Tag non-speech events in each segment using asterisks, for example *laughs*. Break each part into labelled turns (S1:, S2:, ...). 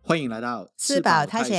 S1: 欢迎来到
S2: 吃饱
S1: 太
S2: 太
S1: 闲。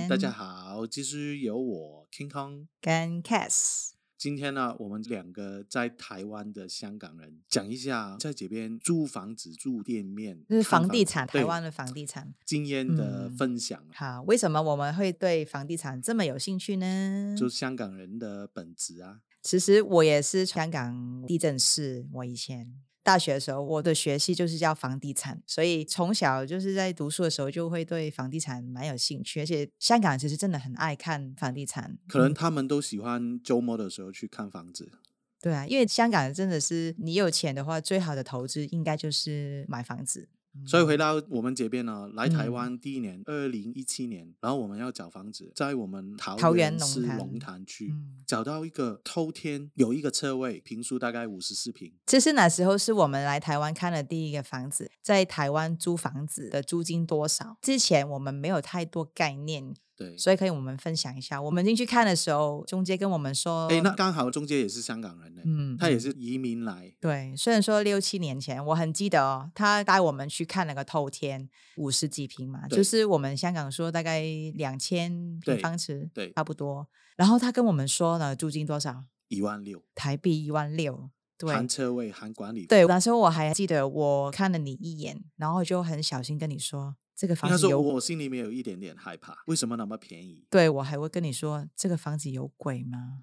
S2: 闲
S1: 大家好，继续由我 King Kong。
S2: 跟 Cass
S1: 今天呢，我们两个在台湾的香港人讲一下在这边租房子、住店面，
S2: 就是
S1: 看
S2: 房地产，
S1: 对
S2: 台湾的房地产。
S1: 经验的
S2: 嗯
S1: 分享，啊
S2: 好，为什么我们会对房地产这么有兴趣呢？
S1: 就是香港人的本质啊。
S2: 其实我也是香港地震市，我以前大学的时候，我的学系就是叫房地产，所以从小就是在读书的时候就会对房地产蛮有兴趣，而且香港其实真的很爱看房地产。嗯
S1: 可能他们都喜欢周末的时候去看房子，
S2: 对啊，因为香港真的是你有钱的话，最好的投资应该就是买房子。
S1: 所以
S2: 嗯
S1: 回到我们这边呢，来台
S2: 嗯
S1: 湾第一年，二零一七年，然后我们要找房子，在我们桃
S2: 桃园
S1: 园
S2: 龙
S1: 市
S2: 潭
S1: 龙潭区、
S2: 嗯
S1: 找到一个偷天有一个车位，平数大概五十四平，
S2: 这是那时候是我们来台湾看的第一个房子，在台湾租房子的租金多少？之前我们没有太多概念，
S1: 对。
S2: 所以可以我们分享一下。我们进去看的时候，中介跟我们说，
S1: 哎，那刚好中介也是香港人呢，
S2: 嗯，
S1: 他也
S2: 嗯
S1: 是移民来，
S2: 对，虽然说六七年前，我很记得哦，他带我们去看那个透天五十几平嘛，
S1: 对
S2: 就是我们香港说大概两千
S1: 对
S2: 平方尺，
S1: 对
S2: 差不多。然后他跟我们说呢，租金多少？
S1: 一万六，
S2: 台币一万六，对，
S1: 含车位含管理费，
S2: 对，那时候我还记得，我看了你一眼，然后就很小心跟你说这个
S1: 应
S2: 房
S1: 该
S2: 子
S1: 说
S2: 有，？
S1: 我心里面有一点点害怕，为什么那么便宜
S2: *laughs* 对我还会跟你说这个房子有鬼吗？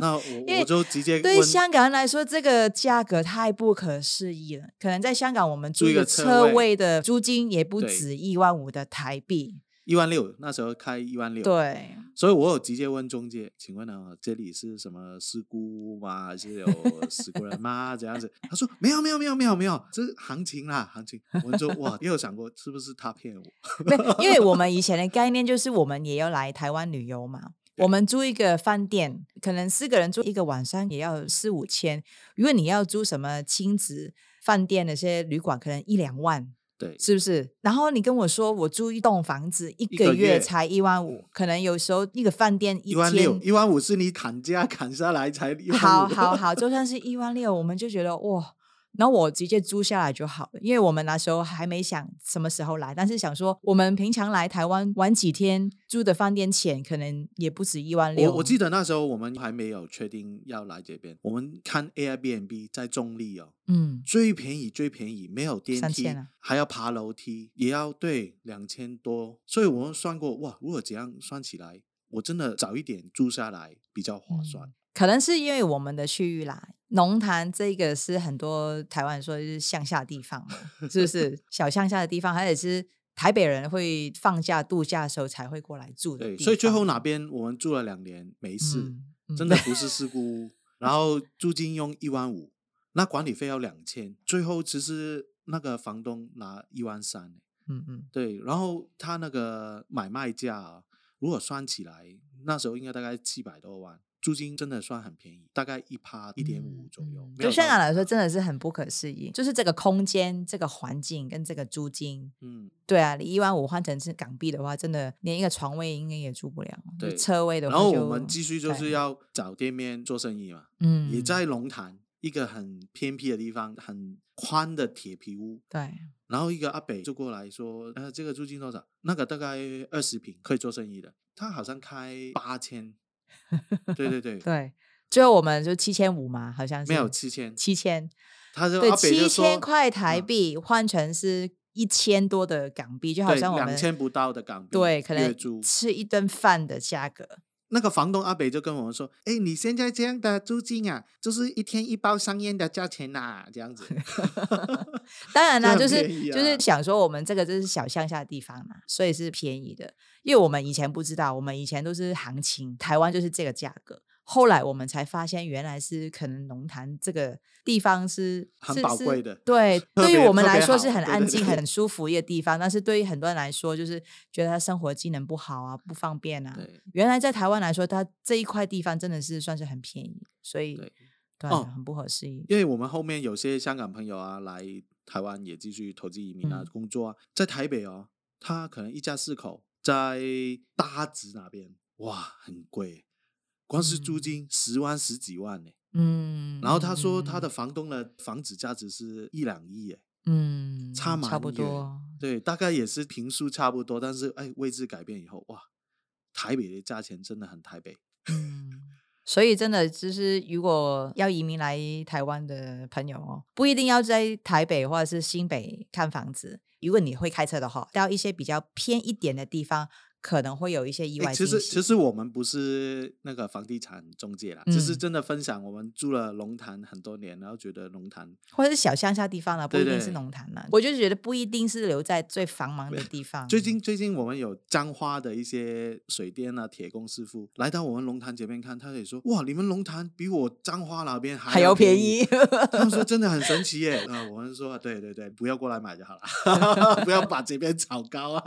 S1: 那我
S2: 为
S1: 我就直接
S2: 对于
S1: 问
S2: 香港人来说，这个价格太不可思议了。可能在香港，我们
S1: 租
S2: 租
S1: 一
S2: 一
S1: 个
S2: 个
S1: 车
S2: 车
S1: 位
S2: 位的租金也不
S1: 对
S2: 止一万五的台币。
S1: 一万六，那时候开一万六，
S2: 对，
S1: 所以我有直接问中介，请问呢，这里是什么事故吗？还是有死过人吗？这样子？他说没有没有没有没有没有，这是行情啦，行情。我就说哇，也有想过是不是他骗我？
S2: 没有，因为我们以前的概念就是我们也要来台湾旅游 *laughs* 嘛。我们租一个饭店，可能四个人住一个晚上也要四五千。如果你要租什么亲子饭店那些旅馆，可能一两万，
S1: 对，
S2: 是不是？然后你跟我说我租一栋房子，一
S1: 个
S2: 个
S1: 月
S2: 月才一万五，可能有时候一个饭店一
S1: 一万六，
S2: 天，
S1: 一万五是你砍价砍下来才一万五。
S2: 好
S1: *laughs*
S2: 好好，就算是一万六，我们就觉得哇，然后我直接租下来就好了，因为我们那时候还没想什么时候来，但是想说我们平常来台湾玩几天，租的饭店钱可能也不止一万六。哦
S1: 我我记得那时候我们还没有确定要来这边，我们看 Airbnb 在中立哦，
S2: 嗯，
S1: 最便宜最便宜，没有电
S2: 三
S1: 梯，
S2: 千啊
S1: 还要爬楼梯，也要对两千多，所以我们算过，哇，如果这样算起来，我真的早一点住下来比较划算。
S2: 嗯可能是因为我们的区域啦，龙潭这个是很多台湾人说就是乡下地方嘛，是不是小乡下的地方，还有是台北人会放假度假的时候才会过来住的
S1: 对，
S2: 地
S1: 所以最后
S2: 方
S1: 哪边我们住了两年没事，
S2: 嗯嗯
S1: 真的不是事故，然后租金用一万五，那管理费要两千，最后其实那个房东拿一万三。欸
S2: 嗯嗯，
S1: 对，然后他那个买卖价、啊，如果算起来，那时候应该大概七百多万，租金真的算很便宜，大概一趴一点五左右。没有
S2: 嗯对香
S1: 到
S2: 港
S1: 1%
S2: 来说，，真的是很不可思议，就是这个空间、这个环境跟这个租金，
S1: 嗯，
S2: 对啊，你一万五换成是港币的话，真的连一个床位应该也住不了，就
S1: 对
S2: 车位的
S1: 然
S2: 话
S1: 后
S2: 就，
S1: 我们继续就是
S2: 对
S1: 要找店面做生意嘛，
S2: 嗯
S1: 也在龙潭一个很偏僻的地方，很宽的铁皮屋。
S2: 对，
S1: 然后一个阿北就过来说，呃，这个租金多少？那个大概二十平可以做生意的，他好像开八千，对对
S2: *laughs*
S1: 对，
S2: 对，最后我们就七千五嘛，好像是
S1: 没有七千，
S2: 七千，
S1: 他就
S2: 对，
S1: 阿北就
S2: 七
S1: 说
S2: 千块台
S1: 嗯
S2: 币换成是一千多的港币，就好
S1: 对，
S2: 像我
S1: 两
S2: 们
S1: 千不到的港币，
S2: 对，可
S1: 月
S2: 能
S1: 租。
S2: 吃一顿饭的价格，
S1: 那个房东阿北就跟我们说：“哎，你现在这样的租金啊，就是一天一包香烟的价钱呐、这样
S2: *laughs*
S1: 子。
S2: 当然啦，
S1: 这
S2: 就
S1: 很
S2: 是、
S1: 便宜
S2: 就是
S1: 啊
S2: 想说我们这个就是小乡下的地方嘛，所以是便宜的。因为我们以前不知道，我们以前都是行情，台湾就是这个价格。后来我们才发现，原来是可能龙潭这个地方是
S1: 很
S2: 是
S1: 宝
S2: 是
S1: 贵的
S2: 对，
S1: *laughs* 特
S2: 对于
S1: 别
S2: 我们
S1: 特
S2: 来
S1: 别
S2: 说是
S1: 好
S2: 很
S1: 对
S2: 安
S1: 对
S2: 静、
S1: 对
S2: 很舒服一个地方，但是对于很多人来说，就是觉得他生活机能不好啊，不方便啊。 *laughs*
S1: 对
S2: 原来在台湾来说，它这一块地方真的是算是很便宜，所以
S1: 对
S2: 对、啊
S1: 哦
S2: 很不可思议。
S1: 因为我们后面有些香港朋友啊来台湾也继续投资移民啊、
S2: 嗯
S1: 工作啊，在台北哦，他可能一家四口在大直那边，哇，很贵，光是租
S2: 嗯
S1: 金十万十几万呢、
S2: 嗯，
S1: 然后他说他
S2: 嗯
S1: 的房东的房子价值是一两亿耶，
S2: 嗯，
S1: 差蛮
S2: 差不
S1: 远
S2: 多，
S1: 对，大概也是平数差不多，但是哎，位置改变以后，哇，台北的价钱真的很台北。
S2: 嗯，所以真的就是，如果要移民来台湾的朋友哦，不一定要在台北或者是新北看房子。如果你会开车的话，到一些比较偏一点的地方，可能会有一些意
S1: 哎
S2: 外
S1: 其
S2: 惊喜。
S1: 实其实我们不是那个房地产中介啦，只是
S2: 嗯
S1: 真的分享我们住了龙潭很多年，然后觉得龙潭
S2: 或者是小乡下地方啊了，不
S1: 对
S2: 一定是
S1: 对
S2: 农坛了。我就觉得不一定是留在最繁忙的地方。
S1: 最近最近我们有彰化的一些水电啊、铁工师傅来到我们龙潭这边看，他也说哇，你们龙潭比我彰化那边还
S2: 还要
S1: 要
S2: 便
S1: 宜
S2: 宜。，
S1: 他们说真的很神奇
S2: *laughs*
S1: 耶。啊、我们说对对对，不要过来买就好了， *laughs* 不要把这边炒高啊。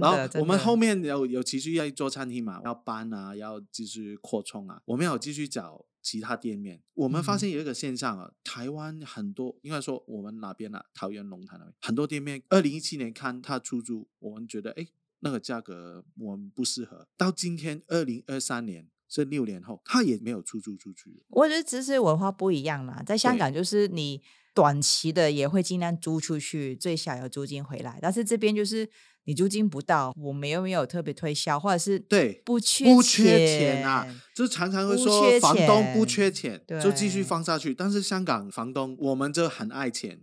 S1: 然
S2: 的，
S1: 后
S2: 真
S1: 我们
S2: 的
S1: 后面有有持续要做餐厅嘛，要搬啊，要继续扩充啊，我们要继续找其他店面。我们发
S2: 嗯
S1: 现有一个现象啊，台湾很多应该说我们哪边啊，桃园龙潭那边很多店面，二零一七年看它出租，我们觉得哎那个价格我们不适合。到今天二零二三年。这六年后，它也没有出租出去。
S2: 我觉得只是文化不一样啦，在香
S1: 对
S2: 港就是你短期的也会尽量租出去，最小有租金回来，但是这边就是你租金不到，我们又没有特别推销，或者是
S1: 对
S2: 不缺
S1: 不缺钱啊，就常常会
S2: 不
S1: 说
S2: 缺
S1: 房东不
S2: 钱
S1: 缺钱，
S2: 对
S1: 就继续放下去。但是香港房东，我们就很爱钱，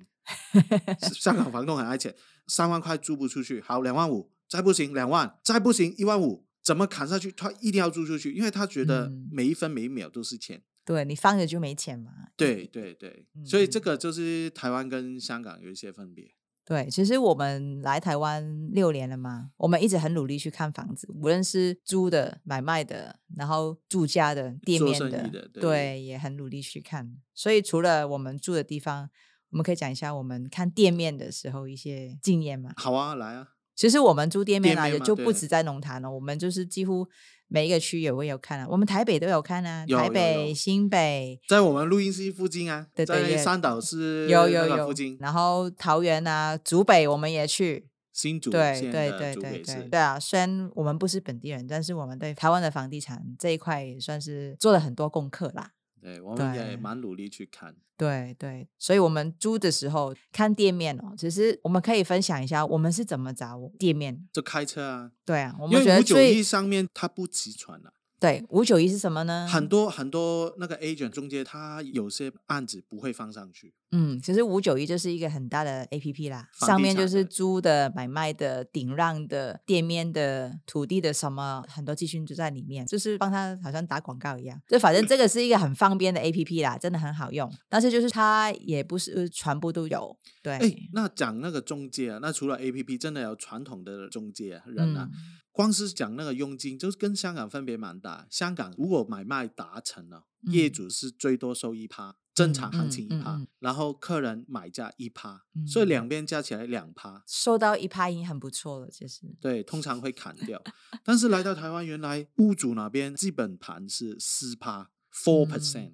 S2: *laughs*
S1: 是香港房东很爱钱，三万块租不出去，好两万五，再不行两万，再不行一万五，怎么砍下去？他一定要租出去，因为他觉得
S2: 嗯
S1: 每一分每一秒都是钱。
S2: 对你放着就没钱嘛。
S1: 对对对，所以这
S2: 嗯
S1: 个就是台湾跟香港有一些分别。
S2: 对，其实我们来台湾六年了嘛，我们一直很努力去看房子，无论是租的、买卖的，然后住家的、店
S1: 做
S2: 面
S1: 生
S2: 的，
S1: 意的对
S2: 也很努力去看。所以除了我们住的地方，我们可以讲一下我们看店面的时候一些经验嘛。
S1: 好啊，来啊，
S2: 其实我们租店面
S1: 店
S2: 啊，
S1: 面
S2: 也
S1: 嘛
S2: 就不
S1: 对
S2: 止在农坛了，我们就是几乎每一个区也会有看啊，我们台北都有看啊，
S1: 有
S2: 台
S1: 有
S2: 北、
S1: 有
S2: 新北。
S1: 在我们录音室附近啊，
S2: 对对
S1: 在
S2: 也
S1: 三岛市
S2: 有
S1: 那
S2: 有
S1: 个
S2: 有
S1: 附近，
S2: 然后桃园啊、竹北我们也去，
S1: 新竹
S2: 对
S1: 县
S2: 对
S1: 的
S2: 对
S1: 竹
S2: 对
S1: 北市
S2: 对对啊！虽然我们不是本地人，但是我们对台湾的房地产这一块也算是做了很多功课啦。
S1: 对，我们也
S2: 对
S1: 蛮努力去看。
S2: 对对，所以我们租的时候看店面哦，其实我们可以分享一下我们是怎么找店面。
S1: 就开车啊，
S2: 对啊，我
S1: 因
S2: 们觉
S1: 为
S2: 得
S1: 五九一
S2: 最
S1: 上面它不齐全了、
S2: 对五九一是什么呢？
S1: 很多很多那个 agent 中介，他有些案子不会放上去，
S2: 嗯，其实五九一就是一个很大的 A P P 啦，
S1: 房
S2: 上
S1: 地
S2: 面就
S1: 产
S2: 是
S1: 的
S2: 租的、买卖的、顶让的、店面的、土地的什么，很多资讯就在里面，就是帮他好像打广告一样。就反正这个是一个很方便的 A P P 啦，真的很好用。但是就是它也不是全部都有，对，
S1: 哎，那讲那个中介啊，那除了 A P P，真的有传统的中介、啊、人啊，
S2: 嗯
S1: 光是讲那个佣金，就是跟香港分别蛮大。香港如果买卖达成了，
S2: 嗯
S1: 业主是最多收一趴，正常行
S2: 嗯
S1: 情一
S2: 嗯
S1: 趴，
S2: 嗯
S1: 然后客人买价一趴，所以
S2: 嗯
S1: 两边加起来两趴。
S2: 收到一拍已经很不错了，其实。
S1: 对，通常会砍掉。但是来到台湾，原来屋主那边基本盘是四趴 four percent，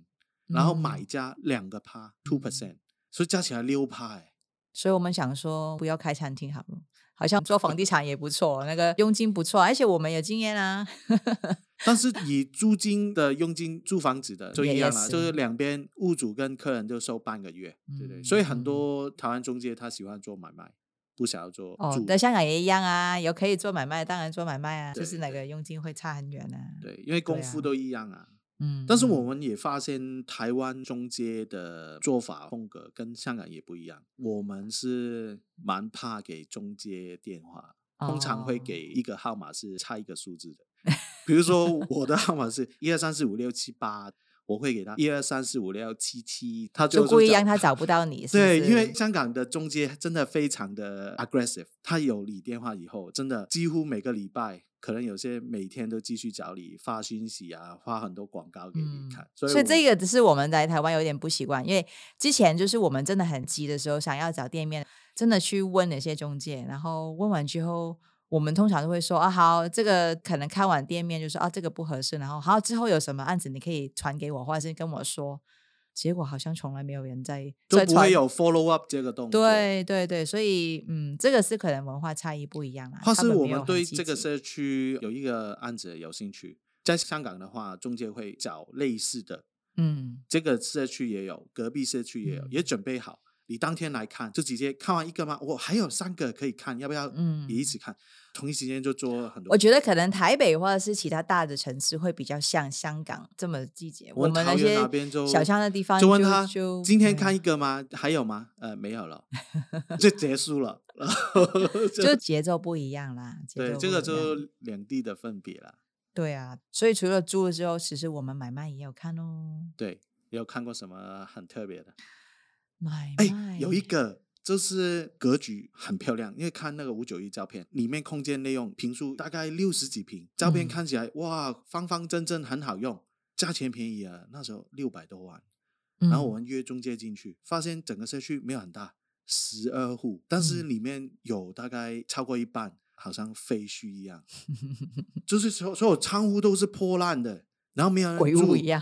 S1: 然后买
S2: 嗯
S1: 家两个趴 two percent，所以加起来六趴哎。
S2: 所以我们想说，不要开餐厅好了，好像做房地产也不错，那个佣金不错，而且我们有经验啊。
S1: 但是以租金的佣金租房子的就
S2: 也
S1: 一
S2: 也
S1: 样了，就是
S2: 是
S1: 两边屋主跟客人就收半个月，对对。所以很
S2: 嗯
S1: 多台湾中介他喜欢做买卖，不想要做
S2: 哦
S1: 住，。
S2: 在香港也一样啊，有可以做买卖，当然做买卖啊，就
S1: 对
S2: 是那
S1: 对
S2: 个佣金会差很远啊。
S1: 对，因为功
S2: 对
S1: 夫
S2: 啊
S1: 都一样啊。
S2: 嗯，
S1: 但是我
S2: 嗯
S1: 们也发现，台湾中介的做法风格跟香港也不一样。我们是蛮怕给中介电话，通常会
S2: 哦
S1: 给一个号码是差一个数字的。比如说我的号码是一二三四五六七八，我会给他一二三四五六七七，他
S2: 就
S1: 就
S2: 故意让
S1: 找
S2: 他找不
S1: *laughs*
S2: 到你，是不
S1: 对，因为
S2: 是
S1: 香港的中介真的非常的 aggressive，他有你电话以后，真的几乎每个礼拜，可能有些每天都继续找你发讯息啊，发很多广告给你看。所以
S2: 嗯所以这
S1: 个
S2: 个只是我们在台湾有点不习惯，因为之前就是我们真的很急的时候，想要找店面，真的去问那些中介，然后问完之后，我们通常都会说啊，好，这个可能看完店面就说啊，这个不合适，然后好之后有什么案子你可以传给我，或者是跟我说。结果好像从来没有人在
S1: 都
S2: 在
S1: 不
S2: 传
S1: 会有 follow up 这个动作。。
S2: 对对对，所以嗯，这个是可能文化差异不一样啊。
S1: 或
S2: 他
S1: 是我
S2: 没有
S1: 们
S2: 很
S1: 对
S2: 积
S1: 这个
S2: 极
S1: 社区有一个案子有兴趣，在香港的话，中介会找类似的，
S2: 嗯嗯
S1: 这个社区也有，隔壁社区也有，也准备好。你当天来看就直接看完一个吗？我还有三个可以看，要不要
S2: 嗯
S1: 也一起看？同一时间就做了很多。
S2: 我觉得可能台北或者是其他大的城市会比较像香港这么季节，
S1: 我
S2: 我们
S1: 们桃
S2: 那
S1: 园
S2: 些
S1: 那边就
S2: 小乡的地方
S1: 就问他
S2: 就
S1: 今天
S2: 嗯
S1: 看一个吗？还有吗？呃，没有
S2: *laughs*
S1: 了，就结束了。然后就
S2: 就节奏不一样啦。节
S1: 对，
S2: 奏
S1: 这
S2: 不
S1: 个
S2: 一样
S1: 就两地的分别了。
S2: 对啊，所以除了租了之后，其实我们买卖也有看哦。
S1: 对，你有看过什么很特别的？
S2: 买卖
S1: 哎，有一个就是格局很漂亮，因为看那个五九一照片，里面空间内容平数大概六十几平，照片
S2: 嗯
S1: 看起来、哇方方正正，很好用，价钱便宜啊，那时候六百多万。然
S2: 嗯
S1: 后我们约中介进去，发现整个社区没有很大，十二户，但是
S2: 嗯
S1: 里面有大概超过一半好像废墟一
S2: *laughs*
S1: 样，就是所有所有窗户都是破烂的，然后没有人
S2: 嗯鬼屋
S1: 住
S2: 一样，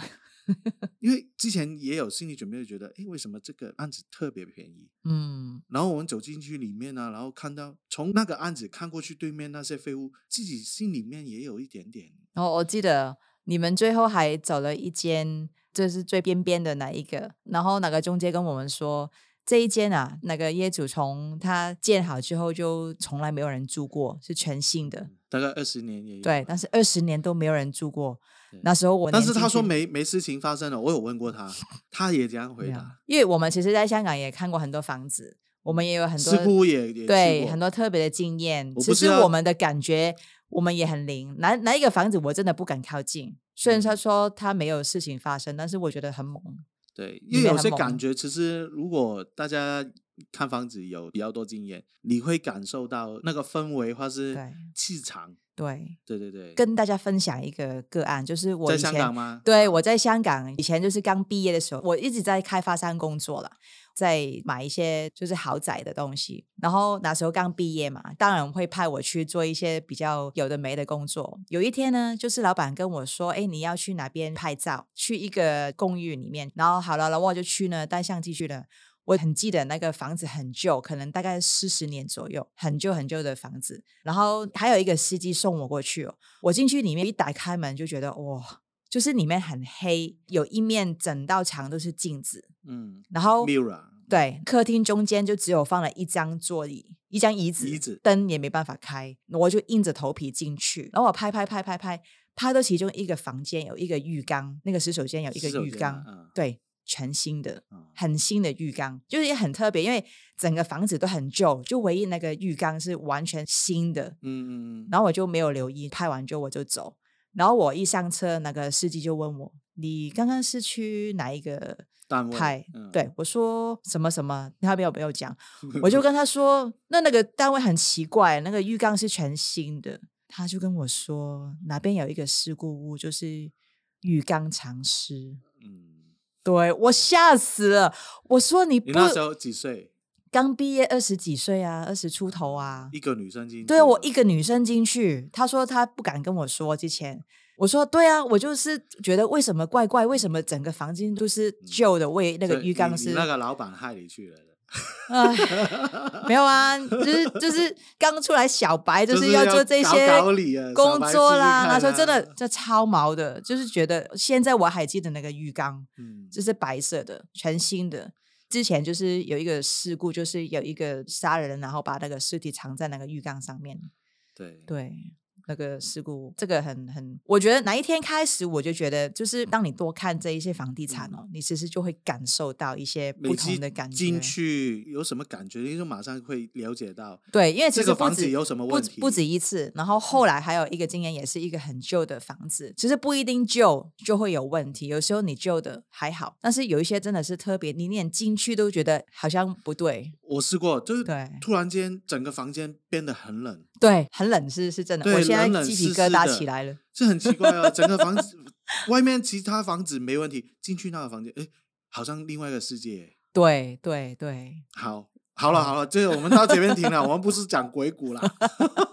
S1: 因为之前也有心理准备，就觉得，诶，为什么这个案子特别便宜？
S2: 嗯
S1: 然后我们走进去里面呢、啊然后看到从那个案子看过去对面那些废物，自己心里面也有一点点，
S2: 然后我记得你们最后还找了一间，就是最边边的那一个，然后哪个中介跟我们说。这一间啊，那个业主从他建好之后就从来没有人住过，是全新的。
S1: 大概二十年也有
S2: 对，
S1: 吧
S2: 但是二十年都没有人住过
S1: 对。
S2: 那时候我
S1: 但
S2: 年
S1: 是
S2: 轻
S1: 他说
S2: 去
S1: 没没事情发生了，我有问过他，他也这样回
S2: 对啊
S1: 答。
S2: 因为我们其实在香港也看过很多房子，我们也有很多
S1: 似乎也也去
S2: 对
S1: 过
S2: 很多特别的经验。
S1: 我
S2: 其
S1: 不知
S2: 实
S1: 道
S2: 我们的感觉，我们也很灵。哪哪一个房子我真的不敢靠近，虽然他
S1: 嗯
S2: 说他没有事情发生，但是我觉得很猛。
S1: 对，
S2: 里
S1: 因为
S2: 面
S1: 有
S2: 很
S1: 些
S2: 猛
S1: 感觉，其实如果大家看房子有比较多经验，你会感受到那个氛围或是
S2: 对
S1: 气场。
S2: 对，
S1: 对对对，
S2: 跟大家分享一个个案，就是我
S1: 在
S2: 以
S1: 香
S2: 前
S1: 港吗？啊
S2: 对，我在香港以前就是刚毕业的时候，我一直在开发商工作了，在买一些就是豪宅的东西。然后那时候刚毕业嘛，当然会派我去做一些比较有的没的工作。有一天呢，就是老板跟我说：“哎，你要去哪边拍照？去一个公寓里面。”然后好了，然后我就去呢，带相机去了。我很记得那个房子很旧，可能大概四十年左右，很旧很旧的房子。然后还有一个司机送我过去哦，我进去里面一打开门就觉得哇，就是里面很黑，有一面整道墙都是镜子，
S1: 嗯
S2: 然后
S1: ，Mira，
S2: 对，客厅中间就只有放了一张座椅，一张椅子，
S1: 椅子
S2: 灯也没办法开，我就硬着头皮进去，然后我拍拍拍拍拍，拍到其中一个房间有一个浴缸，那个洗手间有一
S1: 洗手
S2: 个浴
S1: 间
S2: 缸，
S1: 啊
S2: 对，全新的。
S1: 嗯嗯
S2: 很新的浴缸，就是也很特别，因为整个房子都很旧，就唯一那个浴缸是完全新的，
S1: 嗯嗯，
S2: 然后我就没有留意，拍完之后我就走。然后我一上车，那个司机就问我：“你刚刚是去哪一个
S1: 单位
S2: 派？”
S1: 嗯
S2: 对我说：“什么什么？”他没有没
S1: *laughs*
S2: 有讲，我就跟他说：“那那个单位很奇怪，那个浴缸是全新的。”他就跟我说：“哪边有一个事故屋，就是浴缸藏尸。
S1: 嗯，
S2: 对”我吓死了！我说：“你
S1: 你
S2: 不
S1: 那时候几岁？
S2: 刚毕业二十几岁啊，二十出头啊，
S1: 一个女生进去了，
S2: 对我一个女生进去，她说她不敢跟我说。之前我说对啊，我就是觉得为什么怪怪，为什么整个房间都是旧的，为那个
S1: 所以
S2: 浴缸
S1: 嗯你你
S2: 是
S1: 那个老板害你去了的，
S2: 唉，没有啊，就是就是刚出来小白，
S1: 就
S2: 就是
S1: 是
S2: 要
S1: 要
S2: 做这
S1: 搞
S2: 些
S1: 搞你啊小
S2: 工
S1: 白
S2: 作
S1: 试试
S2: 啦。
S1: 看
S2: 那时候真的
S1: 啊
S2: 这超毛的，就是觉得现在我还记得那个浴缸，
S1: 嗯，
S2: 就是白色的，全新的。之前就是有一个事故，就是有一个杀人，然后把那个尸体藏在那个浴缸上面。
S1: 对
S2: 对，那个事故，这个很很，我觉得哪一天开始，我就觉得，就是当你多看这一些房地产
S1: 嗯
S2: 哦，你其实就会感受到一些
S1: 每
S2: 不
S1: 次
S2: 同的感觉。
S1: 进去有什么感觉，你就马上会了解到。
S2: 对，因为其
S1: 这
S2: 实
S1: 个
S2: 不
S1: 房子
S2: 止
S1: 有什么
S2: 不
S1: 问
S2: 止
S1: 题？嗯
S2: 不止一次，然后后来还有一个经验，也是一个很旧的房子，其实不一定旧就会有问题，有时候你旧的还好，但是有一些真的是特别，你连进去都觉得好像不对，
S1: 我试过，就是
S2: 对
S1: 突然间整个房间变得很冷， *laughs*
S2: 对，很冷是是真的，我
S1: 对冷
S2: 现在
S1: 冷
S2: 鸡
S1: 湿
S2: 皮疙
S1: 湿
S2: 瘩
S1: 的
S2: 起来了，
S1: 这很奇怪啊！整个房子外面其他房子没问题，进去那个房间，哎，好像另外一个世界。
S2: 对对对，
S1: 好，好了好了，这个我们到这边停了，我们不是讲鬼谷了， *laughs*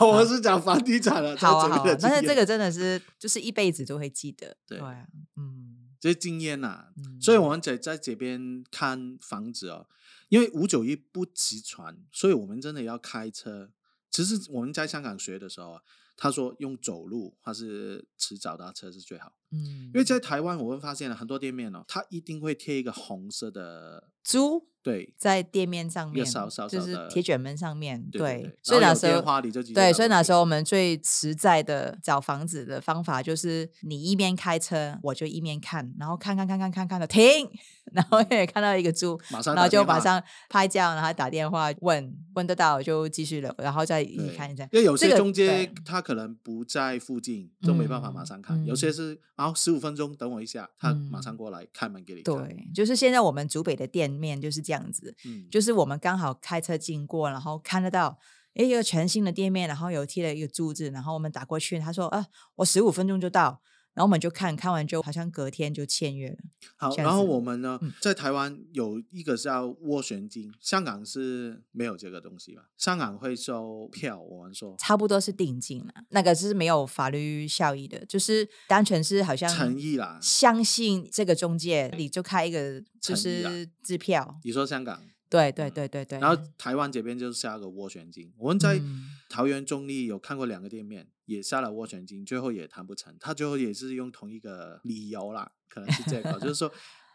S1: 我们是讲房地产了。 *laughs*
S2: 好
S1: 这
S2: 啊好
S1: 整个
S2: 啊
S1: 的，
S2: 但是
S1: 经
S2: 这
S1: 验
S2: 个真的是就是一辈子都会记得，
S1: 对
S2: 啊，嗯
S1: 这些经验呐、啊，
S2: 嗯，
S1: 所以我们在在这边看房子哦，因为五九一不骑船，所以我们真的要开车。其实我们在香港学的时候啊，他说用走路或是骑脚踏车是最好，
S2: 嗯
S1: 因，为在台湾，我们发现了很多店面哦，它一定会贴一个红色的，
S2: 猪
S1: 对
S2: 在店面上面，
S1: 少少
S2: 就
S1: 少
S2: 是
S1: 的
S2: 铁卷门上面，
S1: 对对对
S2: 所以
S1: 然后
S2: 那
S1: 有
S2: 时
S1: 电
S2: 候
S1: 话你就直接
S2: 对，
S1: 打
S2: 所以
S1: 过
S2: 那
S1: 去
S2: 时候我们最实在的找房子的方法就是，你一边开车，我就一边看，然后看看看看看看的停， *laughs* 然后也看到一个猪，
S1: 马上
S2: 然后
S1: 打
S2: 就
S1: 电
S2: 马
S1: 话
S2: 上拍照，然后打电话问问得到就继续留，然后再一起
S1: 对
S2: 看一下。
S1: 因为有
S2: 这
S1: 些
S2: 个
S1: 中介
S2: 对
S1: 他可能不在附近，就没办法马上看；有些
S2: 嗯
S1: 是啊，十五分钟等我一下，他马
S2: 嗯
S1: 上过来开门给你看。
S2: 对，就是现在我们竹北的店面就是这样子，
S1: 嗯，
S2: 就是我们刚好开车经过，然后看得到。诶一个全新的店面，然后有贴了一个柱子，然后我们打过去，他说啊，我十五分钟就到，然后我们就看看完就好像隔天就签约了。
S1: 好。
S2: 这
S1: 然
S2: 样
S1: 后
S2: 子
S1: 我们呢
S2: 嗯，
S1: 在台湾有一个叫斡旋金，香港是没有这个东西吧？香港会收票，我们说
S2: 差不多是定金了，那个是没有法律效益的，就是单纯是好像
S1: 诚意啊啦。
S2: 相信这个中介，你就开一个就
S1: 诚意啊
S2: 是支票，
S1: 你说香港，
S2: 对对对对对。
S1: 然后台湾这边就是下个斡旋金。我们在
S2: 嗯
S1: 桃园中立有看过两个店面，也下了斡旋金，最后也谈不成。他最后也是用同一个理由啦，可能是这个，就是
S2: *laughs*
S1: 说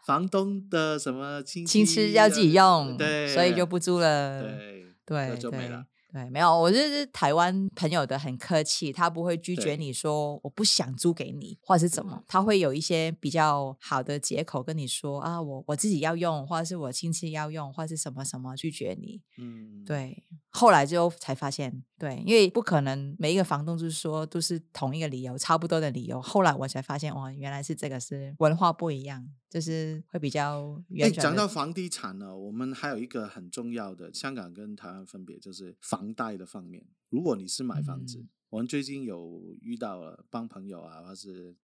S1: 房东的什么亲
S2: 亲
S1: 戚
S2: 戚要自己用，
S1: 对，
S2: 所以就不租了。
S1: 对
S2: 对
S1: 那就没
S2: 对
S1: 了。
S2: 对，没有，我就是台湾朋友的很客气，他不会拒
S1: 对
S2: 绝
S1: 嗯
S2: 你说我不想租给你，或者是怎么，他会有一些比较好的借口跟你说啊，我我自己要用，或者是我亲戚要用，或者是什么什么拒绝你。
S1: 嗯，
S2: 对，后来之后才发现，对，因为不可能每一个房东就是说都是同一个理由，差不多的理由。后来我才发现，哦，原来是这个是文化不一样，就是会比较
S1: 哎，
S2: 圆转
S1: 讲
S2: 的。
S1: 到房地产呢，我们还有一个很重要的，香港跟台湾分别就是房贷的方面。如果你是买房子，
S2: 嗯
S1: 我们最近有遇到了帮朋友啊，或是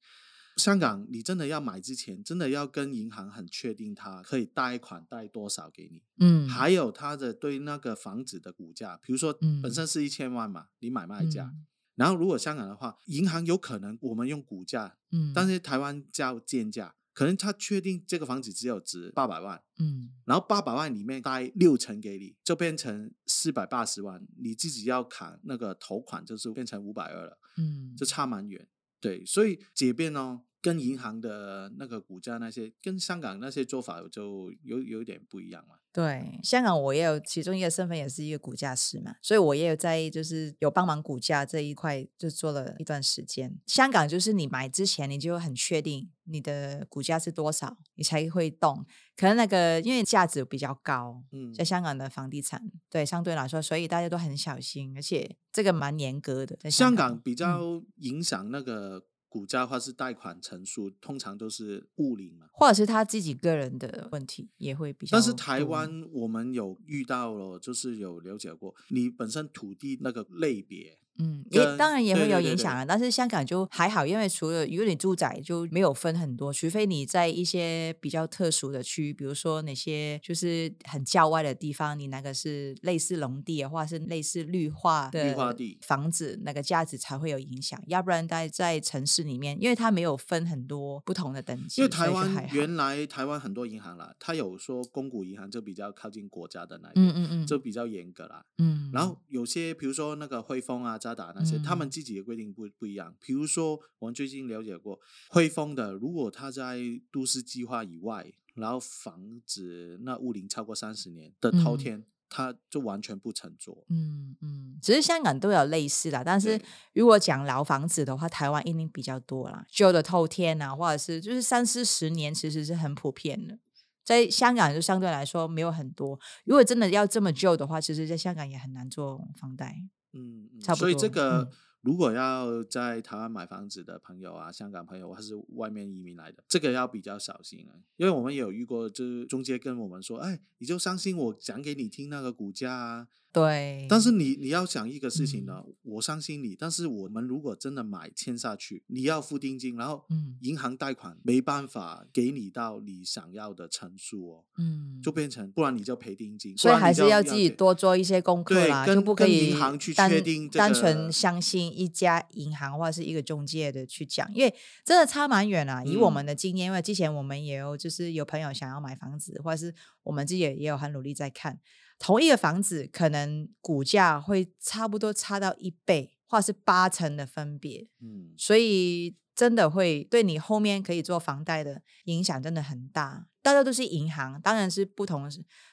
S1: 香港，你真的要买之前，真的要跟银行很确定他可以贷款贷多少给你，
S2: 嗯，
S1: 还有他的对那个房子的股价，比如说本
S2: 嗯
S1: 身是一千万嘛，你买卖价，
S2: 嗯
S1: 然后如果香港的话，银行有可能我们用股价
S2: 嗯，
S1: 但是台湾叫建价，可能他确定这个房子只有值八百万，
S2: 嗯
S1: 然后八百万里面贷六成给你，就变成四百八十万，你自己要砍那个头款，就是变成五百二了，
S2: 嗯
S1: 就差蛮远。对，所以这边哦，跟银行的那个股价那些，跟香港那些做法就有有一点不一样嘛。
S2: 对，香港我也有其中一个身份也是一个股价师嘛，所以我也有在就是有帮忙股价这一块就做了一段时间。香港就是你买之前你就很确定你的股价是多少，你才会动。可能那个因为价值比较高，
S1: 嗯，
S2: 在香港的房地产对相对来说，所以大家都很小心，而且这个蛮严格的。在
S1: 香
S2: 港嗯
S1: 港比较影响那个股价或是贷款成数，通常都是物零嘛。
S2: 或者是他自己个人的问题也会比较多。
S1: 但是台湾我们有遇到了，就是有了解过，你本身土地那个类别，
S2: 嗯，也
S1: 跟
S2: 当然也
S1: 对
S2: 会
S1: 对
S2: 有
S1: 对
S2: 影
S1: 对
S2: 响啊，但是香港就还好，因为除了如果你住宅就没有分很多，除非你在一些比较特殊的区，比如说哪些就是很郊外的地方，你那个是类似农地啊，或者是类似绿化的
S1: 绿化地
S2: 房子，那个价值才会有影响。要不然在在城市里面，因为它没有分很多不同的等级，
S1: 因为台
S2: 所以就还
S1: 湾
S2: 好
S1: 原来台湾很多银行啦，它有说公股银行就比较靠近国家的那一
S2: 嗯
S1: 边，
S2: 嗯嗯
S1: 就比较严格啦。
S2: 嗯，
S1: 然后有些比如说那个汇丰啊、渣打那些，他们
S2: 嗯
S1: 自己的规定不不一样。比如说我们最近了解过，汇丰的如果它在都市计划以外，然后房子那屋龄超过三十年的套
S2: 嗯
S1: 天，它就完全不乘坐。
S2: 嗯嗯，其实香港都有类似啦，但是
S1: 对
S2: 如果讲老房子的话，台湾一定比较多啦，旧的透天啊，或者是就是三四十年，其实是很普遍的。在香港就相对来说没有很多，如果真的要这么旧的话，其实在香港也很难做房贷。
S1: 嗯，嗯
S2: 差不
S1: 所以这
S2: 多
S1: 个
S2: 嗯
S1: 如果要在台湾买房子的朋友啊，香港朋友还是外面移民来的，这个要比较小心啊，因为我们也有遇过，就是中介跟我们说，哎，你就相信我讲给你听那个股价啊。
S2: 对，
S1: 但是你你要想一个事情
S2: 嗯
S1: 呢，我相信你，但是我们如果真的买签下去，你要付定金，然后
S2: 嗯
S1: 银行贷款没办法给你到你想要的成数哦，
S2: 嗯，
S1: 就变成不然你就赔定金，不
S2: 所以
S1: 然你
S2: 还是
S1: 就
S2: 要
S1: 要
S2: 自己
S1: 给
S2: 多做一些功课
S1: 对
S2: 啦，就
S1: 跟
S2: 不可
S1: 跟
S2: 以
S1: 银行去
S2: 单
S1: 确定这
S2: 单
S1: 个
S2: 纯相信一家银行或者是一个中介的去讲，因为真的差蛮远啊。以我们
S1: 嗯
S2: 的经验，因为之前我们也有就是有朋友想要买房子，或者是我们自己也也有很努力在看，同一个房子可能股价会差不多差到一倍或者是八成的分别，
S1: 嗯。
S2: 所以真的会对你后面可以做房贷的影响真的很大。大家都是银行，当然是不同，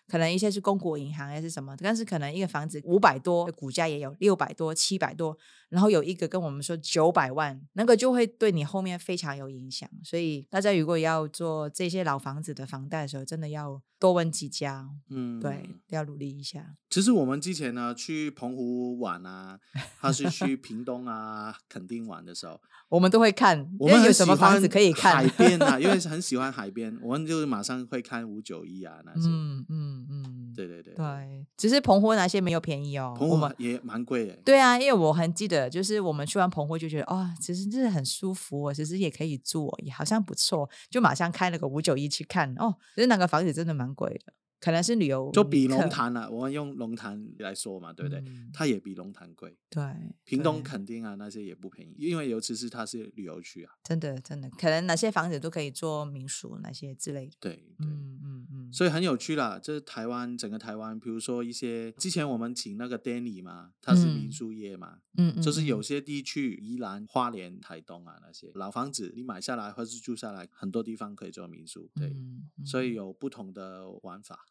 S2: 可能一些是公股银行还是什么，但是可能一个房子五百多，股价也有六百多、七百多，然后有一个跟我们说九百万，那个就会对你后面非常有影响。所以大家如果要做这些老房子的房贷的时候，真的要多问几家，
S1: 嗯，
S2: 对，要努力一下。
S1: 其实我们之前呢去澎湖玩
S2: *laughs*
S1: 啊，还是去屏东啊、垦丁玩的时
S2: *laughs*
S1: 候，
S2: 我们都会看，
S1: 我
S2: 因为
S1: 们
S2: 有
S1: 很喜
S2: 什么房
S1: 欢
S2: 子可以看
S1: 海边
S2: *laughs*
S1: 啊，因为很喜欢海边，我们就是马上会看五九一啊那些。
S2: 嗯嗯嗯，
S1: 对对对，
S2: 对，只是澎湖那些没有便宜哦，
S1: 澎
S2: 我
S1: 湖
S2: 们
S1: 也蛮贵的。
S2: 对啊，因为我很记得，就是我们去完澎湖就觉得，哦，其实真的很舒服、哦，其实也可以住、哦，也好像不错，就马上开了个五九一去看，哦，就是那个房子真的蛮贵的，可能是旅游
S1: 就比龙
S2: 客，
S1: 潭了、我们用龙潭来说嘛，对不对？
S2: 嗯
S1: 它也比龙潭贵，
S2: 对，
S1: 屏东
S2: 对
S1: 垦丁啊那些也不便宜，因为尤其是它是旅游区啊，
S2: 真的真的，可能哪些房子都可以做民宿那些之类的，
S1: 对对。
S2: 嗯嗯嗯，
S1: 所以很有趣啦，这是台湾整个台湾，比如说一些之前我们请那个 Danny 嘛，他是民
S2: 嗯
S1: 宿业嘛，
S2: 嗯嗯
S1: 就是
S2: 嗯
S1: 有些地区，宜兰、花莲、台东啊那些老房子，你买下来或是住下来，很多地方可以做民宿，对，
S2: 嗯嗯
S1: 所以有不同的玩
S2: *laughs*
S1: 法。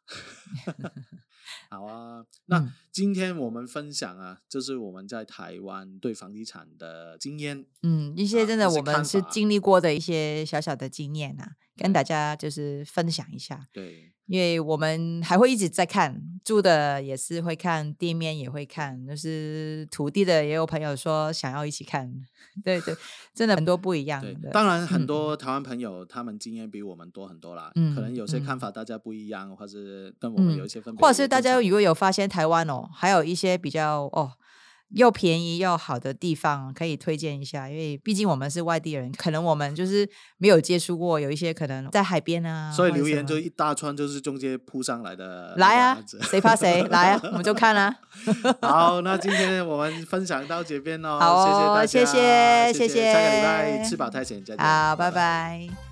S1: 好啊，那、
S2: 嗯
S1: 今天我们分享啊，就是我们在台湾对房地产的经验。
S2: 嗯，一
S1: 啊
S2: 些真的
S1: 一些
S2: 我们
S1: 看
S2: 是
S1: 法
S2: 经历过的一些小小的经验啊，跟大家就是分享一下，
S1: 对，
S2: 因为我们还会一直在看，住的也是会看，地面也会看，就是土地的也有朋友说想要一起看， *laughs* 对对，真的很多不一样
S1: 对，
S2: 的，
S1: 当然
S2: 嗯
S1: 很多台湾朋友他们经验比我们多很多啦，
S2: 嗯
S1: 可能有些看
S2: 嗯
S1: 法大家不一样，或是跟我们有一些分别，
S2: 或者是大
S1: 也正
S2: 家
S1: 常
S2: 如果有发现台湾哦，还有一些比较哦又便宜又好的地方可以推荐一下，因为毕竟我们是外地人，可能我们就是没有接触过，有一些可能在海边啊，
S1: 所以
S2: 或者
S1: 留
S2: 什
S1: 言
S2: 么
S1: 就一大串，就是中间扑上来的那
S2: 来
S1: 个
S2: 啊
S1: 案，子
S2: 谁怕谁来啊，我们就
S1: *laughs*
S2: 看啊。 *laughs*
S1: 好，那今天我们分享到这边喽，
S2: 好哦
S1: 谢谢大家，谢
S2: 谢谢谢谢
S1: 下个礼拜吃饱太闲再见，
S2: 好，拜拜